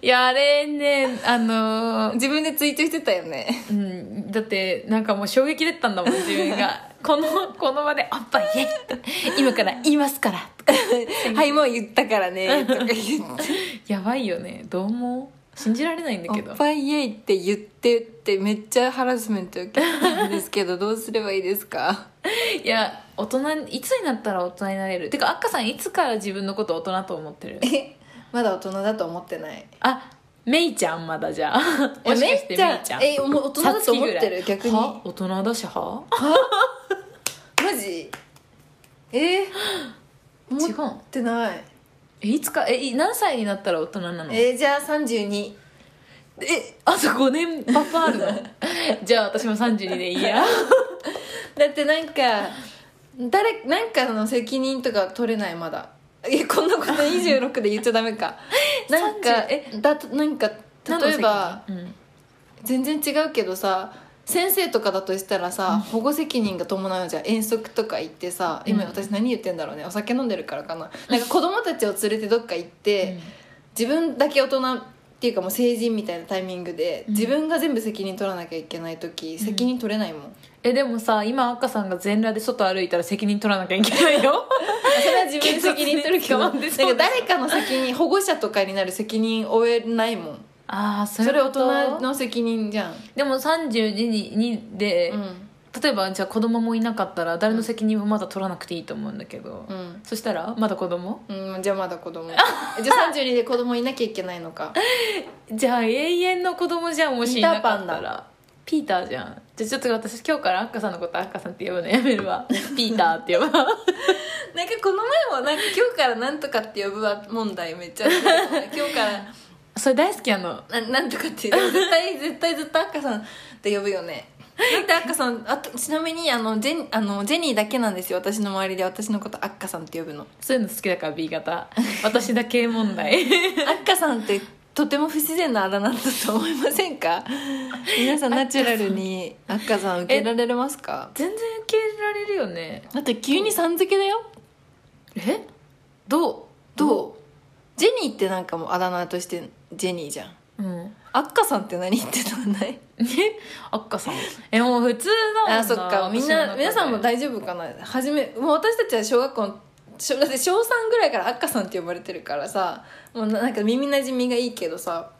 [SPEAKER 1] いやあれねあのー
[SPEAKER 2] 自分でツイートしてたよ ね
[SPEAKER 1] うん、だってなんかもう衝撃だったんだ もん自分がこのこの場で「おっぱいイエイ!」って今から言いますからとか
[SPEAKER 2] 「はいもう言ったからね」とか言って
[SPEAKER 1] やばいよねどうも信じられないんだけど
[SPEAKER 2] おっぱいイエイって言ってってめっちゃハラスメント受けたんですけどどうすればいいですか
[SPEAKER 1] いや大人いつになったら大人になれるてかあっかさんいつから自分のこと大人と思ってる
[SPEAKER 2] え まだ大人だと思ってない
[SPEAKER 1] あめいちゃんまだじゃあもしかしてめいちゃん
[SPEAKER 2] えもう大人だと思ってる
[SPEAKER 1] さき
[SPEAKER 2] 逆
[SPEAKER 1] ぐらい
[SPEAKER 2] に
[SPEAKER 1] は大人だしは
[SPEAKER 2] マジえー、思
[SPEAKER 1] 違う
[SPEAKER 2] ってない
[SPEAKER 1] えいつかえい何歳になったら大人なの
[SPEAKER 2] えー、じゃあ32え
[SPEAKER 1] あと5年パパあるの じゃあ私も32でいいや
[SPEAKER 2] だってなんか 誰なんかの責任とか取れないまだえこんなこと26で言っちゃダメ かなんか
[SPEAKER 1] 30
[SPEAKER 2] えだとなんか例えば
[SPEAKER 1] 何の責任うん
[SPEAKER 2] 全然違うけどさ先生とかだとしたらさ、保護責任が伴うじゃん遠足とか行ってさ今
[SPEAKER 1] うん
[SPEAKER 2] 私何言ってんだろうねお酒飲んでるからかななんか子供たちを連れてどっか行って、
[SPEAKER 1] うん
[SPEAKER 2] 自分だけ大人っていうかもう成人みたいなタイミングで、
[SPEAKER 1] うん
[SPEAKER 2] 自分が全部責任取らなきゃいけない時責任取れないもん、
[SPEAKER 1] えでもさ今赤さんが全裸で外歩いたら責任取らなきゃいけない よ
[SPEAKER 2] それは自分で責任取るけどなん
[SPEAKER 1] 警察
[SPEAKER 2] か
[SPEAKER 1] に捕まってそうだ
[SPEAKER 2] 誰かの責任保護者とかになる責任負えないもん
[SPEAKER 1] ああそ
[SPEAKER 2] それ
[SPEAKER 1] れ
[SPEAKER 2] 大
[SPEAKER 1] 大
[SPEAKER 2] 人
[SPEAKER 1] 人の
[SPEAKER 2] の責任じゃん、
[SPEAKER 1] でも32ににで、
[SPEAKER 2] うん
[SPEAKER 1] 例えばじゃあ子供もいなかったら誰の責任もまだ取らなくていいと思うんだけど、
[SPEAKER 2] うん
[SPEAKER 1] そしたらまだ子供
[SPEAKER 2] うん、じゃあまだ子供 じゃあ32で子供いなきゃいけないのか
[SPEAKER 1] じゃあ永遠の子供じゃんもしいなかったらピーターじゃんじゃあちょっと私今日からアッカさんのことアッカさんって呼ぶのやめる わピーターって呼ぶわ
[SPEAKER 2] なんかこの前もなんか今日からなんとかって呼ぶわ問題めっちゃあったよね今日から
[SPEAKER 1] それ大好きなの
[SPEAKER 2] ななんとかって言う絶対絶対ずっとアッカさんって呼ぶよねだってアッカさんあとちなみにあのジェニあのジェニーだけなんですよ私の周りで私のことアッカさんって呼 ぶの
[SPEAKER 1] そういうの好きだから B 型私だけ問題
[SPEAKER 2] アッカさんってとても不自然なあだ名だと思いませんか皆さんナチュラルにアッカさん受けられますか
[SPEAKER 1] 全然受け入れられるよね
[SPEAKER 2] だって急にさん付けだよ
[SPEAKER 1] えどう
[SPEAKER 2] どうジェニーってなんかもうあだ名としてジェニーじゃん
[SPEAKER 1] うん
[SPEAKER 2] アッカさんって何って言わない
[SPEAKER 1] えあっかさんえもう普通だもんな
[SPEAKER 2] あそっかみん
[SPEAKER 1] 私の中
[SPEAKER 2] な
[SPEAKER 1] で
[SPEAKER 2] 皆さんも大丈夫かな初めもう私たちは小学校の小だって小3ぐらいからアッカさんって呼ばれてるからさもうななんか耳なじみがいいけどさ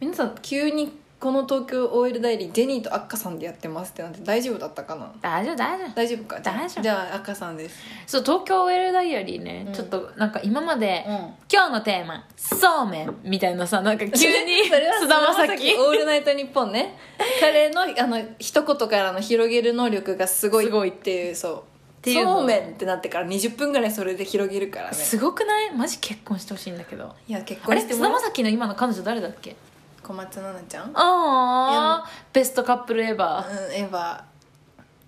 [SPEAKER 2] 皆さん急にこの東京 OL 代理ジェニーとアッカさんでやってますってなんて大丈夫だったかな
[SPEAKER 1] 大丈夫大丈夫
[SPEAKER 2] 大丈夫かじゃあ
[SPEAKER 1] 大丈夫
[SPEAKER 2] じゃあアッカさんです
[SPEAKER 1] そう東京 OL ダイアリーね、
[SPEAKER 2] うん
[SPEAKER 1] ちょっとなんか今まで、
[SPEAKER 2] うん
[SPEAKER 1] 今日のテーマそうめんみたいなさなんか急に
[SPEAKER 2] それは
[SPEAKER 1] 菅田将
[SPEAKER 2] 菅田将
[SPEAKER 1] 暉
[SPEAKER 2] 暉オールナイトニッポンね彼のあの一言からの広げる能力がすごい
[SPEAKER 1] すごい
[SPEAKER 2] っていうそう
[SPEAKER 1] ていうの
[SPEAKER 2] そうめんってなってから20分ぐらいそれで広げるからね
[SPEAKER 1] すごくないマジ結婚してほしいんだけど
[SPEAKER 2] いや結
[SPEAKER 1] あ
[SPEAKER 2] 婚
[SPEAKER 1] れ
[SPEAKER 2] して
[SPEAKER 1] 菅
[SPEAKER 2] もら
[SPEAKER 1] 田
[SPEAKER 2] う
[SPEAKER 1] 将暉の今の彼女誰だっけ
[SPEAKER 2] 小松菜奈ちゃん、うん、
[SPEAKER 1] ああベストカップルエヴァ、
[SPEAKER 2] エヴァ、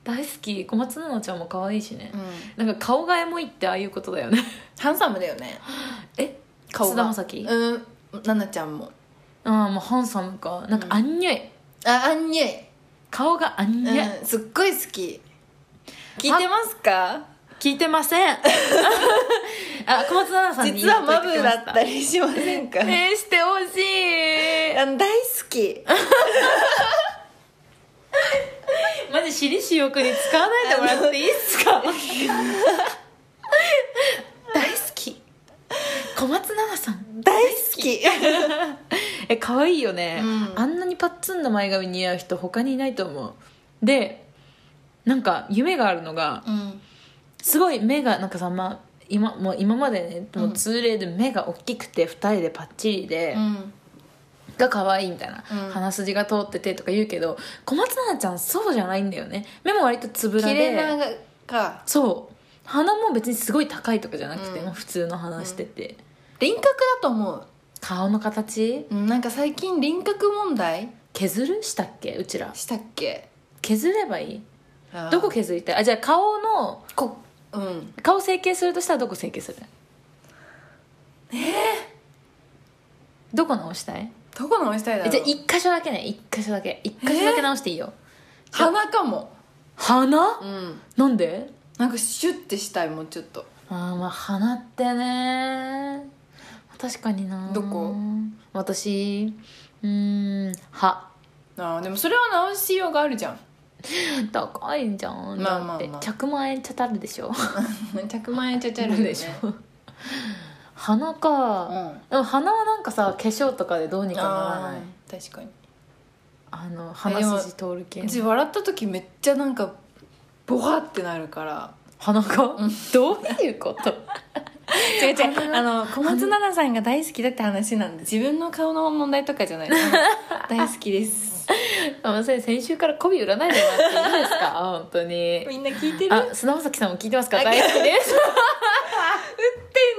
[SPEAKER 1] 大好き小松菜奈ちゃんも可愛いしね
[SPEAKER 2] う、ん、
[SPEAKER 1] なんか顔がエモいってああいうことだよね
[SPEAKER 2] ハンサムだよね
[SPEAKER 1] え
[SPEAKER 2] 顔が
[SPEAKER 1] 菅田将暉
[SPEAKER 2] うん菜奈ちゃんも
[SPEAKER 1] ああもうハンサムかなんか
[SPEAKER 2] うん
[SPEAKER 1] アンニュイ、
[SPEAKER 2] あアンニュイ、
[SPEAKER 1] 顔がアンニュイ、
[SPEAKER 2] うん、すっごい好き聞いてますか
[SPEAKER 1] 聞いてません あ小松菜奈さんに
[SPEAKER 2] 実はマブだ
[SPEAKER 1] た
[SPEAKER 2] ったりしませんか、
[SPEAKER 1] えー、してほし
[SPEAKER 2] あの大好き
[SPEAKER 1] いマジ私利私欲に使わないでもらっていいっす か大好き小松菜奈さん
[SPEAKER 2] 大好き
[SPEAKER 1] え可愛いよね、
[SPEAKER 2] うん
[SPEAKER 1] あんなにパッツンの前髪似合う人他にいないと思うでなんか夢があるのが
[SPEAKER 2] うん
[SPEAKER 1] すごい目がなんかさ、まあ、今もう今までねもう通例で目が大きくて二重でパッチリで、
[SPEAKER 2] うん
[SPEAKER 1] が可愛いみたいな、
[SPEAKER 2] うん
[SPEAKER 1] 鼻筋が通っててとか言うけど小松菜奈ちゃんそうじゃないんだよね目も割とつぶら
[SPEAKER 2] 切れ
[SPEAKER 1] で
[SPEAKER 2] 長か
[SPEAKER 1] そう鼻も別にすごい高いとかじゃなくて、
[SPEAKER 2] うん
[SPEAKER 1] もう普通の鼻してて、
[SPEAKER 2] 輪郭だと思う
[SPEAKER 1] 顔の形
[SPEAKER 2] うんなんか最近輪郭問題
[SPEAKER 1] 削るしたっけうちら
[SPEAKER 2] したっけ
[SPEAKER 1] 削ればいい
[SPEAKER 2] あー
[SPEAKER 1] どこ削りたいあじゃあ顔の
[SPEAKER 2] こうん
[SPEAKER 1] 顔整形するとしたらどこ整形するえどこ直したい
[SPEAKER 2] どこ直したいだろ
[SPEAKER 1] え
[SPEAKER 2] う
[SPEAKER 1] じゃあ一箇所だけね一箇所だけ一箇所だけ直していいよ
[SPEAKER 2] 鼻かも
[SPEAKER 1] 鼻
[SPEAKER 2] うん
[SPEAKER 1] なんで
[SPEAKER 2] なんかシュッてしたいもうちょっと
[SPEAKER 1] あーまあ鼻ってね確かにな
[SPEAKER 2] どこ
[SPEAKER 1] 私うーん歯
[SPEAKER 2] あーでもそれは直しようがあるじゃん
[SPEAKER 1] 高いじゃん
[SPEAKER 2] まあまあまあ
[SPEAKER 1] だって100万円ちゃたるでしょ
[SPEAKER 2] 100万円ちゃちゃるよ
[SPEAKER 1] なん
[SPEAKER 2] ね
[SPEAKER 1] でしょ鼻か、
[SPEAKER 2] うん
[SPEAKER 1] でも鼻はなんかさ化粧とかでどうにかならな
[SPEAKER 2] あ
[SPEAKER 1] い
[SPEAKER 2] ー確かに
[SPEAKER 1] あの鼻筋通る系
[SPEAKER 2] うち笑った時めっちゃなんかボワってなるから
[SPEAKER 1] 鼻が、どういうこと
[SPEAKER 2] 違う違うあの小松菜奈さんが大好きだって話なんで自分の顔の問題とかじゃない 大好きです
[SPEAKER 1] あの先先週から媚び売らないでもらっていいです か本当に
[SPEAKER 2] みんな聞いてる
[SPEAKER 1] あ砂尾崎さんも聞いてますか
[SPEAKER 2] あ
[SPEAKER 1] 大好きです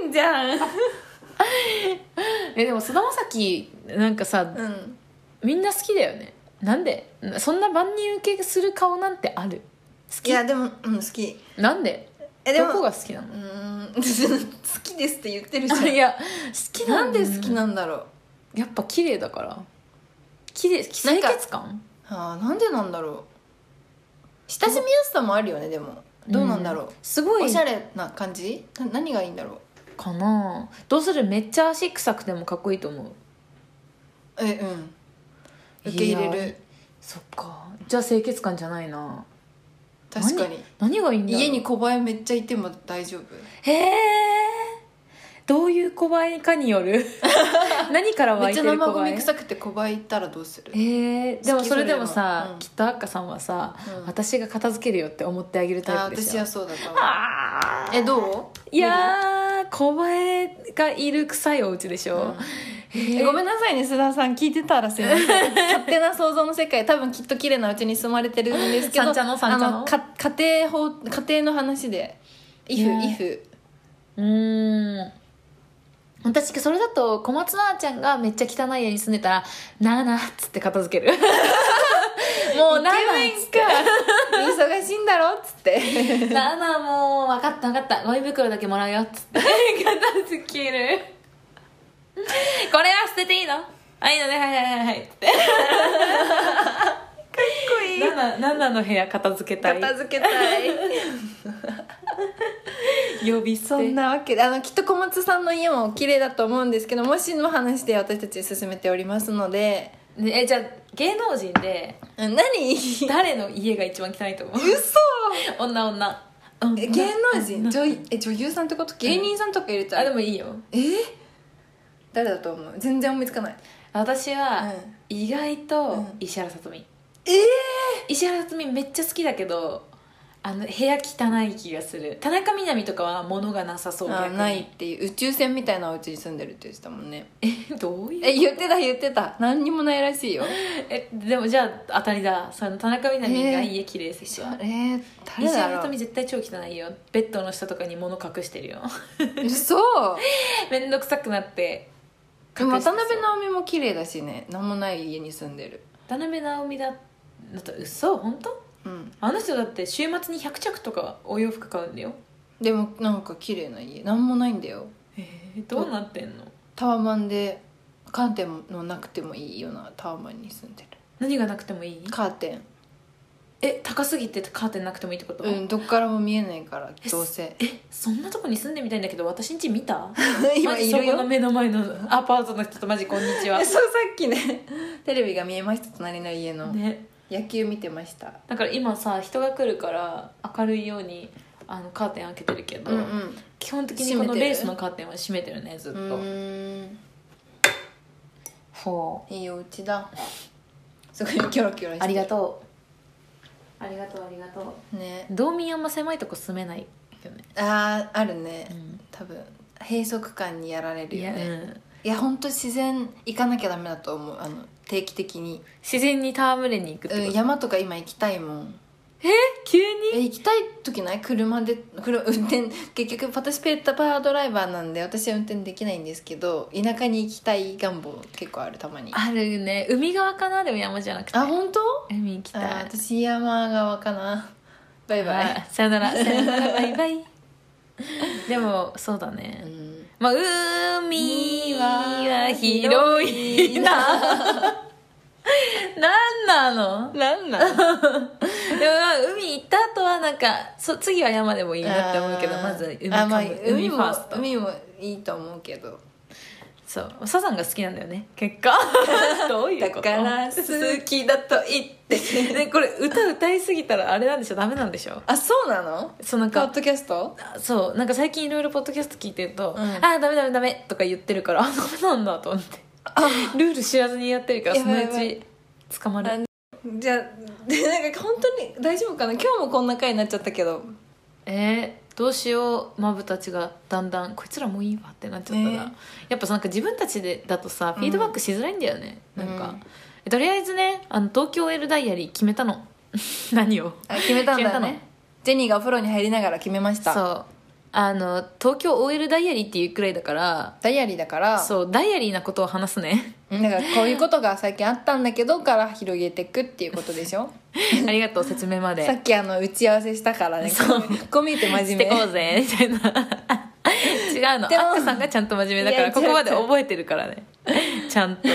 [SPEAKER 2] てんじゃん
[SPEAKER 1] えでも砂尾崎なんかさ、
[SPEAKER 2] うん
[SPEAKER 1] みんな好きだよねなんでそんな万人受けする顔なんてある
[SPEAKER 2] いやでもうん好き
[SPEAKER 1] なんで
[SPEAKER 2] えで
[SPEAKER 1] どこ
[SPEAKER 2] も
[SPEAKER 1] が好きな
[SPEAKER 2] う
[SPEAKER 1] の
[SPEAKER 2] ーん 好きですって言ってるじゃん
[SPEAKER 1] いや好き な
[SPEAKER 2] なんん
[SPEAKER 1] で
[SPEAKER 2] で
[SPEAKER 1] 好
[SPEAKER 2] 好
[SPEAKER 1] き
[SPEAKER 2] き
[SPEAKER 1] な
[SPEAKER 2] なんだろう
[SPEAKER 1] やっぱ綺麗だから綺麗
[SPEAKER 2] な
[SPEAKER 1] 清
[SPEAKER 2] んか
[SPEAKER 1] 潔感
[SPEAKER 2] あーなんでなんだろう親しみやすさもあるよねでもどうなんだろう、
[SPEAKER 1] すごい
[SPEAKER 2] おしゃれな感じな何がいいんだろう
[SPEAKER 1] かなどうするめっちゃ足臭くてもかっこいいと思う
[SPEAKER 2] えうん受け入
[SPEAKER 1] い
[SPEAKER 2] れ
[SPEAKER 1] や
[SPEAKER 2] る
[SPEAKER 1] そっかじゃあ清潔感じゃないな
[SPEAKER 2] 確かに
[SPEAKER 1] 何がいいんだろう
[SPEAKER 2] 家に小映えめっちゃいても大丈夫
[SPEAKER 1] へえどういう小映えかによ る何から湧
[SPEAKER 2] め
[SPEAKER 1] い
[SPEAKER 2] ってちゃ
[SPEAKER 1] る
[SPEAKER 2] 生
[SPEAKER 1] 小
[SPEAKER 2] ゴ
[SPEAKER 1] 映
[SPEAKER 2] ミ
[SPEAKER 1] え
[SPEAKER 2] 臭くて小映え行ったらどうする
[SPEAKER 1] えー、でもそれでもさ、
[SPEAKER 2] 好き
[SPEAKER 1] きっとアッカさんはさ、
[SPEAKER 2] うん
[SPEAKER 1] 私が片付けるよって思ってあげる
[SPEAKER 2] あ
[SPEAKER 1] タイ
[SPEAKER 2] ー
[SPEAKER 1] プです
[SPEAKER 2] 私
[SPEAKER 1] よ
[SPEAKER 2] はそうだと思う
[SPEAKER 1] あー
[SPEAKER 2] えどう
[SPEAKER 1] いやー小映えがいる臭いお家でしょ、
[SPEAKER 2] えごめんなさいね須田さん聞いてたらすいません 勝手な想像の世界多分きっと綺麗なうちに住まれてるんです けど
[SPEAKER 1] 三茶の三茶の
[SPEAKER 2] あか家庭法家庭の話で「if
[SPEAKER 1] ね
[SPEAKER 2] if
[SPEAKER 1] うーん私それだと小松菜奈ちゃんがめっちゃ汚い家に住んでたら「なあなあ」っつって片付け るもうなあなあっつっ
[SPEAKER 2] 忙しいんだろ」っつって
[SPEAKER 1] て「なあなあもう分かった分かったゴミ袋だけもらうよ」っつって片付けるこれは捨てていいのあいいのねはいはいはいはいっつってななななの部屋片付けたい
[SPEAKER 2] 片付けたい
[SPEAKER 1] 呼び捨
[SPEAKER 2] そ
[SPEAKER 1] て
[SPEAKER 2] んなわけであのきっと小松さんの家も綺麗だと思うんですけどもしの話で私たち進めておりますので
[SPEAKER 1] ねえじゃあ芸能人で
[SPEAKER 2] うん何
[SPEAKER 1] 誰の家が一番汚いと思う
[SPEAKER 2] 嘘
[SPEAKER 1] 女女女
[SPEAKER 2] え 芸能人女優え女優さんってこと芸人さんとか入れた
[SPEAKER 1] あ
[SPEAKER 2] ら、
[SPEAKER 1] でもいいよ
[SPEAKER 2] え誰だと思う全然思いつかない
[SPEAKER 1] 私は
[SPEAKER 2] うん
[SPEAKER 1] 意外
[SPEAKER 2] う
[SPEAKER 1] と
[SPEAKER 2] ん
[SPEAKER 1] 石原さとみ、
[SPEAKER 2] ええ
[SPEAKER 1] 石原さとみめっちゃ好きだけどあの部屋汚い気がする田中みな実とかは物がなさそう
[SPEAKER 2] あ
[SPEAKER 1] 逆
[SPEAKER 2] ー
[SPEAKER 1] に
[SPEAKER 2] ないっていう宇宙船みたいなお家に住んでるって言ってたもんね
[SPEAKER 1] えどういう
[SPEAKER 2] え言ってた言ってた何にもないらしいよ
[SPEAKER 1] えでもじゃあ当たりだその田中みな実が
[SPEAKER 2] えー
[SPEAKER 1] 家綺麗です
[SPEAKER 2] え
[SPEAKER 1] よ、
[SPEAKER 2] ー、
[SPEAKER 1] 石
[SPEAKER 2] 誰
[SPEAKER 1] 原
[SPEAKER 2] だ
[SPEAKER 1] さと
[SPEAKER 2] ろ
[SPEAKER 1] み絶対超汚いよベッドの下とかに物隠してるよ
[SPEAKER 2] う嘘
[SPEAKER 1] めんどくさくなって
[SPEAKER 2] でも渡
[SPEAKER 1] 直
[SPEAKER 2] 辺直美も綺麗だしね何もない家に住んでる
[SPEAKER 1] 渡辺直美だだと嘘本当
[SPEAKER 2] うん
[SPEAKER 1] あの人だって週末に100着とかお洋服買うんだよ
[SPEAKER 2] でもなんか綺麗な家何もないんだよ
[SPEAKER 1] えー、どうなってんの
[SPEAKER 2] タワマンでカーテンのなくてもいいようなタワマンに住んでる
[SPEAKER 1] 何がなくてもいい
[SPEAKER 2] カーテン
[SPEAKER 1] え高すぎてカーテンなくてもいいってこと、
[SPEAKER 2] うんどっからも見えないからどうせ
[SPEAKER 1] えそんなとこに住んでみたいんだけど私んち見 た
[SPEAKER 2] 今
[SPEAKER 1] マジ
[SPEAKER 2] い
[SPEAKER 1] そ
[SPEAKER 2] る
[SPEAKER 1] こ
[SPEAKER 2] よ
[SPEAKER 1] の目の前のアパートの人とマジこんにちは
[SPEAKER 2] えそうさっきね テレビが見えました隣の家の、
[SPEAKER 1] ね
[SPEAKER 2] 野球見てました
[SPEAKER 1] だから今さ人が来るから明るいようにあのカーテン開けてるけど、
[SPEAKER 2] うん
[SPEAKER 1] 基本的にこの
[SPEAKER 2] 閉めてる
[SPEAKER 1] レースのカーテンは閉めてるねずっ
[SPEAKER 2] う
[SPEAKER 1] と、
[SPEAKER 2] ーん
[SPEAKER 1] ほ
[SPEAKER 2] いいお家だ すごいキョロキョロ
[SPEAKER 1] う
[SPEAKER 2] して
[SPEAKER 1] ありが
[SPEAKER 2] う
[SPEAKER 1] とうありがとうありがとう
[SPEAKER 2] ね
[SPEAKER 1] 道民あんま狭いとこ住めないけどね、
[SPEAKER 2] あーあるね、
[SPEAKER 1] うん
[SPEAKER 2] 多分閉塞感にやられる
[SPEAKER 1] い
[SPEAKER 2] よ
[SPEAKER 1] や、
[SPEAKER 2] ね
[SPEAKER 1] うん
[SPEAKER 2] いや本当自然行かなきゃダメだと思うあの定期的に、
[SPEAKER 1] 自然に戯れに行くって
[SPEAKER 2] う
[SPEAKER 1] こと、
[SPEAKER 2] ん、山とか今行きたいもん
[SPEAKER 1] 急に
[SPEAKER 2] え行きたい時ない車で車運転結局パティスペーターパードライバーなんで私は運転できないんですけど田舎に行きたい願望結構あるたまにあ
[SPEAKER 1] あるね海側かなでも山じゃなくて
[SPEAKER 2] 本当
[SPEAKER 1] 海行き
[SPEAKER 2] あ
[SPEAKER 1] たい
[SPEAKER 2] ー私山側かなバイバイ
[SPEAKER 1] あさよならさよならバイバイでもそうだね、
[SPEAKER 2] うん
[SPEAKER 1] まあ海は広いななんなの
[SPEAKER 2] な んな
[SPEAKER 1] で
[SPEAKER 2] ん
[SPEAKER 1] もまあ海行った後はなんかそ次は山でもいいなって思うけどまず海か
[SPEAKER 2] あ
[SPEAKER 1] も、
[SPEAKER 2] まあ
[SPEAKER 1] 海ファースト
[SPEAKER 2] 海も海もいいと思うけど
[SPEAKER 1] そうサザンが好きなんだよね結果 どうい
[SPEAKER 2] だ
[SPEAKER 1] うこと
[SPEAKER 2] から好きだと言って
[SPEAKER 1] ねこれ歌歌いすぎたらあれなんでしょダメなんでしょ
[SPEAKER 2] あそうなの
[SPEAKER 1] そうなん
[SPEAKER 2] ポ
[SPEAKER 1] か
[SPEAKER 2] ッドキャスト
[SPEAKER 1] そうなんか最近いろいろポッドキャスト聞いてると「
[SPEAKER 2] うん
[SPEAKER 1] あーダメダメダメ」とか言ってるから「あダメなんだ」と思ってルール知らずにやってるから
[SPEAKER 2] や
[SPEAKER 1] そ
[SPEAKER 2] ばい
[SPEAKER 1] の
[SPEAKER 2] や
[SPEAKER 1] う
[SPEAKER 2] ばい
[SPEAKER 1] ち捕ま
[SPEAKER 2] あ
[SPEAKER 1] る
[SPEAKER 2] じゃあでなんか本当に大丈夫かな今日もこんな回になっちゃったけど
[SPEAKER 1] えー、どうしようマブたちがだんだんこいつらもういいわってなっちゃったら、
[SPEAKER 2] ね
[SPEAKER 1] やっぱさなんか自分たちでだとさ
[SPEAKER 2] うん
[SPEAKER 1] フィードバックしづらいんだよね、なん
[SPEAKER 2] う
[SPEAKER 1] か
[SPEAKER 2] ん
[SPEAKER 1] えとりあえずねあの東京 L ダイアリー決めたの 何を
[SPEAKER 2] あ決めたんだ
[SPEAKER 1] 決めた
[SPEAKER 2] ね
[SPEAKER 1] ね
[SPEAKER 2] ジェニーがお風呂に入りながら決めました
[SPEAKER 1] そうあの東京 OL ダイアリーっていうくらいだから
[SPEAKER 2] ダイアリーだから
[SPEAKER 1] そうダイアリーなことを話すね
[SPEAKER 2] だからこういうことが最近あったんだけどから広げていくっていうことでしょ
[SPEAKER 1] ありがとう説明まで
[SPEAKER 2] さっきあの打ち合わせしたからね
[SPEAKER 1] そう
[SPEAKER 2] こうこう見えて真面
[SPEAKER 1] して
[SPEAKER 2] 目
[SPEAKER 1] こうぜみたいな違うの
[SPEAKER 2] でも
[SPEAKER 1] あっかさんがちゃんと真面目だか
[SPEAKER 2] いや
[SPEAKER 1] らここまで覚えてるからねちゃんと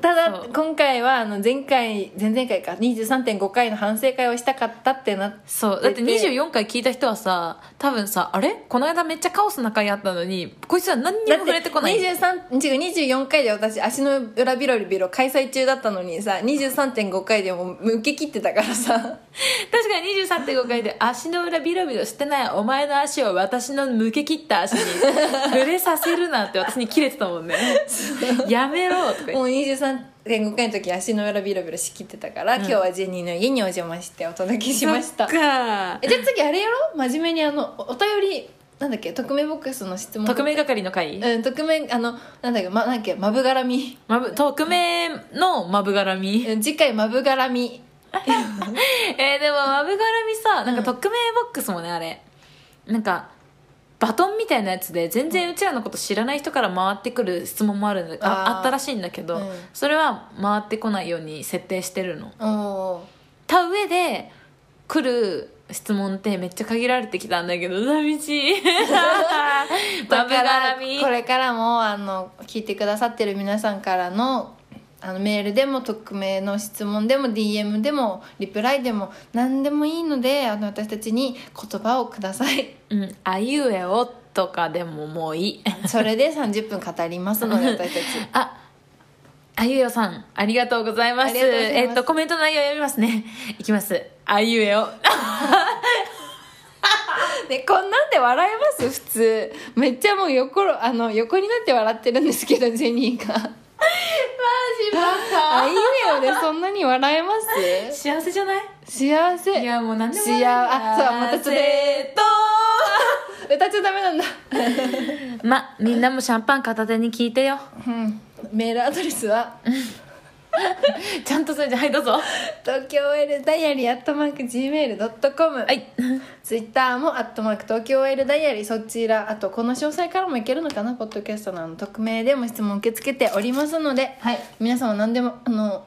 [SPEAKER 2] ただ
[SPEAKER 1] そう
[SPEAKER 2] 今回はあの前回前々回か23.5回の反省会をしたかったってなって
[SPEAKER 1] そうだって
[SPEAKER 2] でで
[SPEAKER 1] 24回聞いた人はさ多分さあれこの間めっちゃカオスな回あったのにこいつは何にも触れてこない
[SPEAKER 2] 23違う24回で私足の裏ビロリビロ開催中だったのにさ23.5回でもう受け切ってたからさ
[SPEAKER 1] 確かに23.5回で足の裏ビロビロしてないお前の足を私の抜け切った 足に触れさせるなって私に切れてたもんねやめろとか言っ
[SPEAKER 2] もう23.5回の時足の裏ビロビロしきってたから、今日はジェニーの家にお邪魔してお届け
[SPEAKER 1] て
[SPEAKER 2] しました
[SPEAKER 1] そっか
[SPEAKER 2] えじゃあ次あれやろ真面目にあのおお便りなんだっけ匿名ボックスの質問
[SPEAKER 1] 匿名係の回、
[SPEAKER 2] うん匿名あのなんだっけ,、ま、なんだっけマブ絡み
[SPEAKER 1] マブ匿名のマブ絡み
[SPEAKER 2] うん次回マブ絡み
[SPEAKER 1] えーでもマブ絡みさなん
[SPEAKER 2] う
[SPEAKER 1] か
[SPEAKER 2] ん
[SPEAKER 1] 匿名ボックスもねあれなんかバトンみたいなやつで全然うちらのこと知らない人から回ってくる質問もあるんだ
[SPEAKER 2] あー
[SPEAKER 1] ああったらしいんだけど、
[SPEAKER 2] うん
[SPEAKER 1] それは回ってこないように設定してるの
[SPEAKER 2] おお
[SPEAKER 1] た上で来る質問ってめっちゃ限られてきたんだけど寂しい マ
[SPEAKER 2] だ
[SPEAKER 1] ブ
[SPEAKER 2] から
[SPEAKER 1] 絡み
[SPEAKER 2] これからもあの聞いてくださってる皆さんからのあのメールでも匿名の質問でも DM でもリプライでも何でもいいのであの私たちに言葉をください
[SPEAKER 1] うん「あいうえお」とかでももういい
[SPEAKER 2] それで30分語りますので私たち
[SPEAKER 1] あ、あゆえおさん、ありがとうございま
[SPEAKER 2] あ
[SPEAKER 1] す。
[SPEAKER 2] りがとうございます
[SPEAKER 1] えっと、コメントの内容読みますね。 いきます。あゆえお。
[SPEAKER 2] でこんなんで笑えます普通めっちゃもう横ろあの横になって笑ってるんですけどジェニーがあいうえおでそんなに笑えます
[SPEAKER 1] 幸せじゃない
[SPEAKER 2] 幸せ
[SPEAKER 1] いや、もう何でも
[SPEAKER 2] 幸せあそうまたちょっと歌っちゃダメなんだ
[SPEAKER 1] と。 ま、みんなもシャンパン片手に聞いてよ。
[SPEAKER 2] うん、メールアドレスは
[SPEAKER 1] ちゃんとそれじゃ、はい、どうぞ。は
[SPEAKER 2] 東京 OL ダイアリーアットマーク Gmail.com、はい、
[SPEAKER 1] い。
[SPEAKER 2] ツイッターもアットマーク東京 OL ダイアリーそちらあとこの詳細からもいけるのかなポッドキャストのあの匿名でも質問受け付けておりますので、
[SPEAKER 1] はい
[SPEAKER 2] 皆さんは何でもあの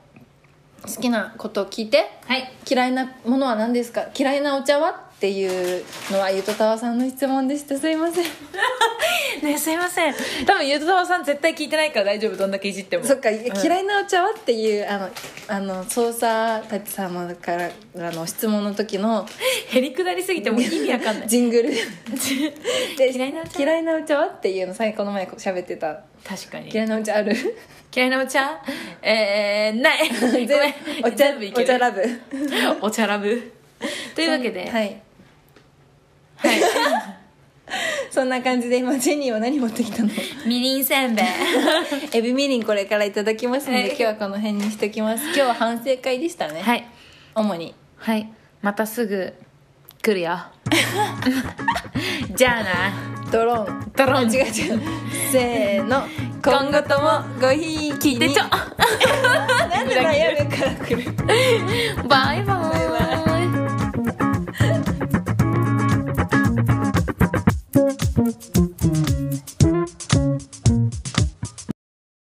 [SPEAKER 2] 好きなことを聞いて
[SPEAKER 1] はい。
[SPEAKER 2] 嫌いなものは何ですか嫌いなお茶はっていうのはゆとたわさんの質問でしたすいません
[SPEAKER 1] ねえすいません。多分、ゆうとたわさん絶対聞いてないから大丈夫、どんだけいじっても。
[SPEAKER 2] そっか、嫌
[SPEAKER 1] い。
[SPEAKER 2] いなお茶はっていうあのあの捜査たち様からの質問の時の
[SPEAKER 1] へりくだりすぎてもう意味わかんない。
[SPEAKER 2] ジングル で
[SPEAKER 1] 嫌いなお茶
[SPEAKER 2] 嫌いなお茶はっていうの最後この前喋ってた
[SPEAKER 1] 確かに。
[SPEAKER 2] 嫌いなお茶ある
[SPEAKER 1] 嫌いなお茶え ー、ない。ごめん
[SPEAKER 2] 全部お茶
[SPEAKER 1] 全部いけ
[SPEAKER 2] お
[SPEAKER 1] る
[SPEAKER 2] 茶ラブ
[SPEAKER 1] お茶ラブというわけで、
[SPEAKER 2] は
[SPEAKER 1] はいい、
[SPEAKER 2] そんな感じで今ジェニーは何持ってきたの
[SPEAKER 1] みりんせんべい
[SPEAKER 2] エビみりんこれからいただきますの
[SPEAKER 1] はい
[SPEAKER 2] で今日はこの辺にしときます今日は反省会でしたね、
[SPEAKER 1] はい
[SPEAKER 2] 主に
[SPEAKER 1] はいまたすぐ来る よじゃあな
[SPEAKER 2] ドロン
[SPEAKER 1] ドロン
[SPEAKER 2] あ 違う違うせーの今後ともごひいき
[SPEAKER 1] で
[SPEAKER 2] に
[SPEAKER 1] ちょ
[SPEAKER 2] あなんで悩むから来る
[SPEAKER 1] バイバ
[SPEAKER 2] バイ
[SPEAKER 1] イ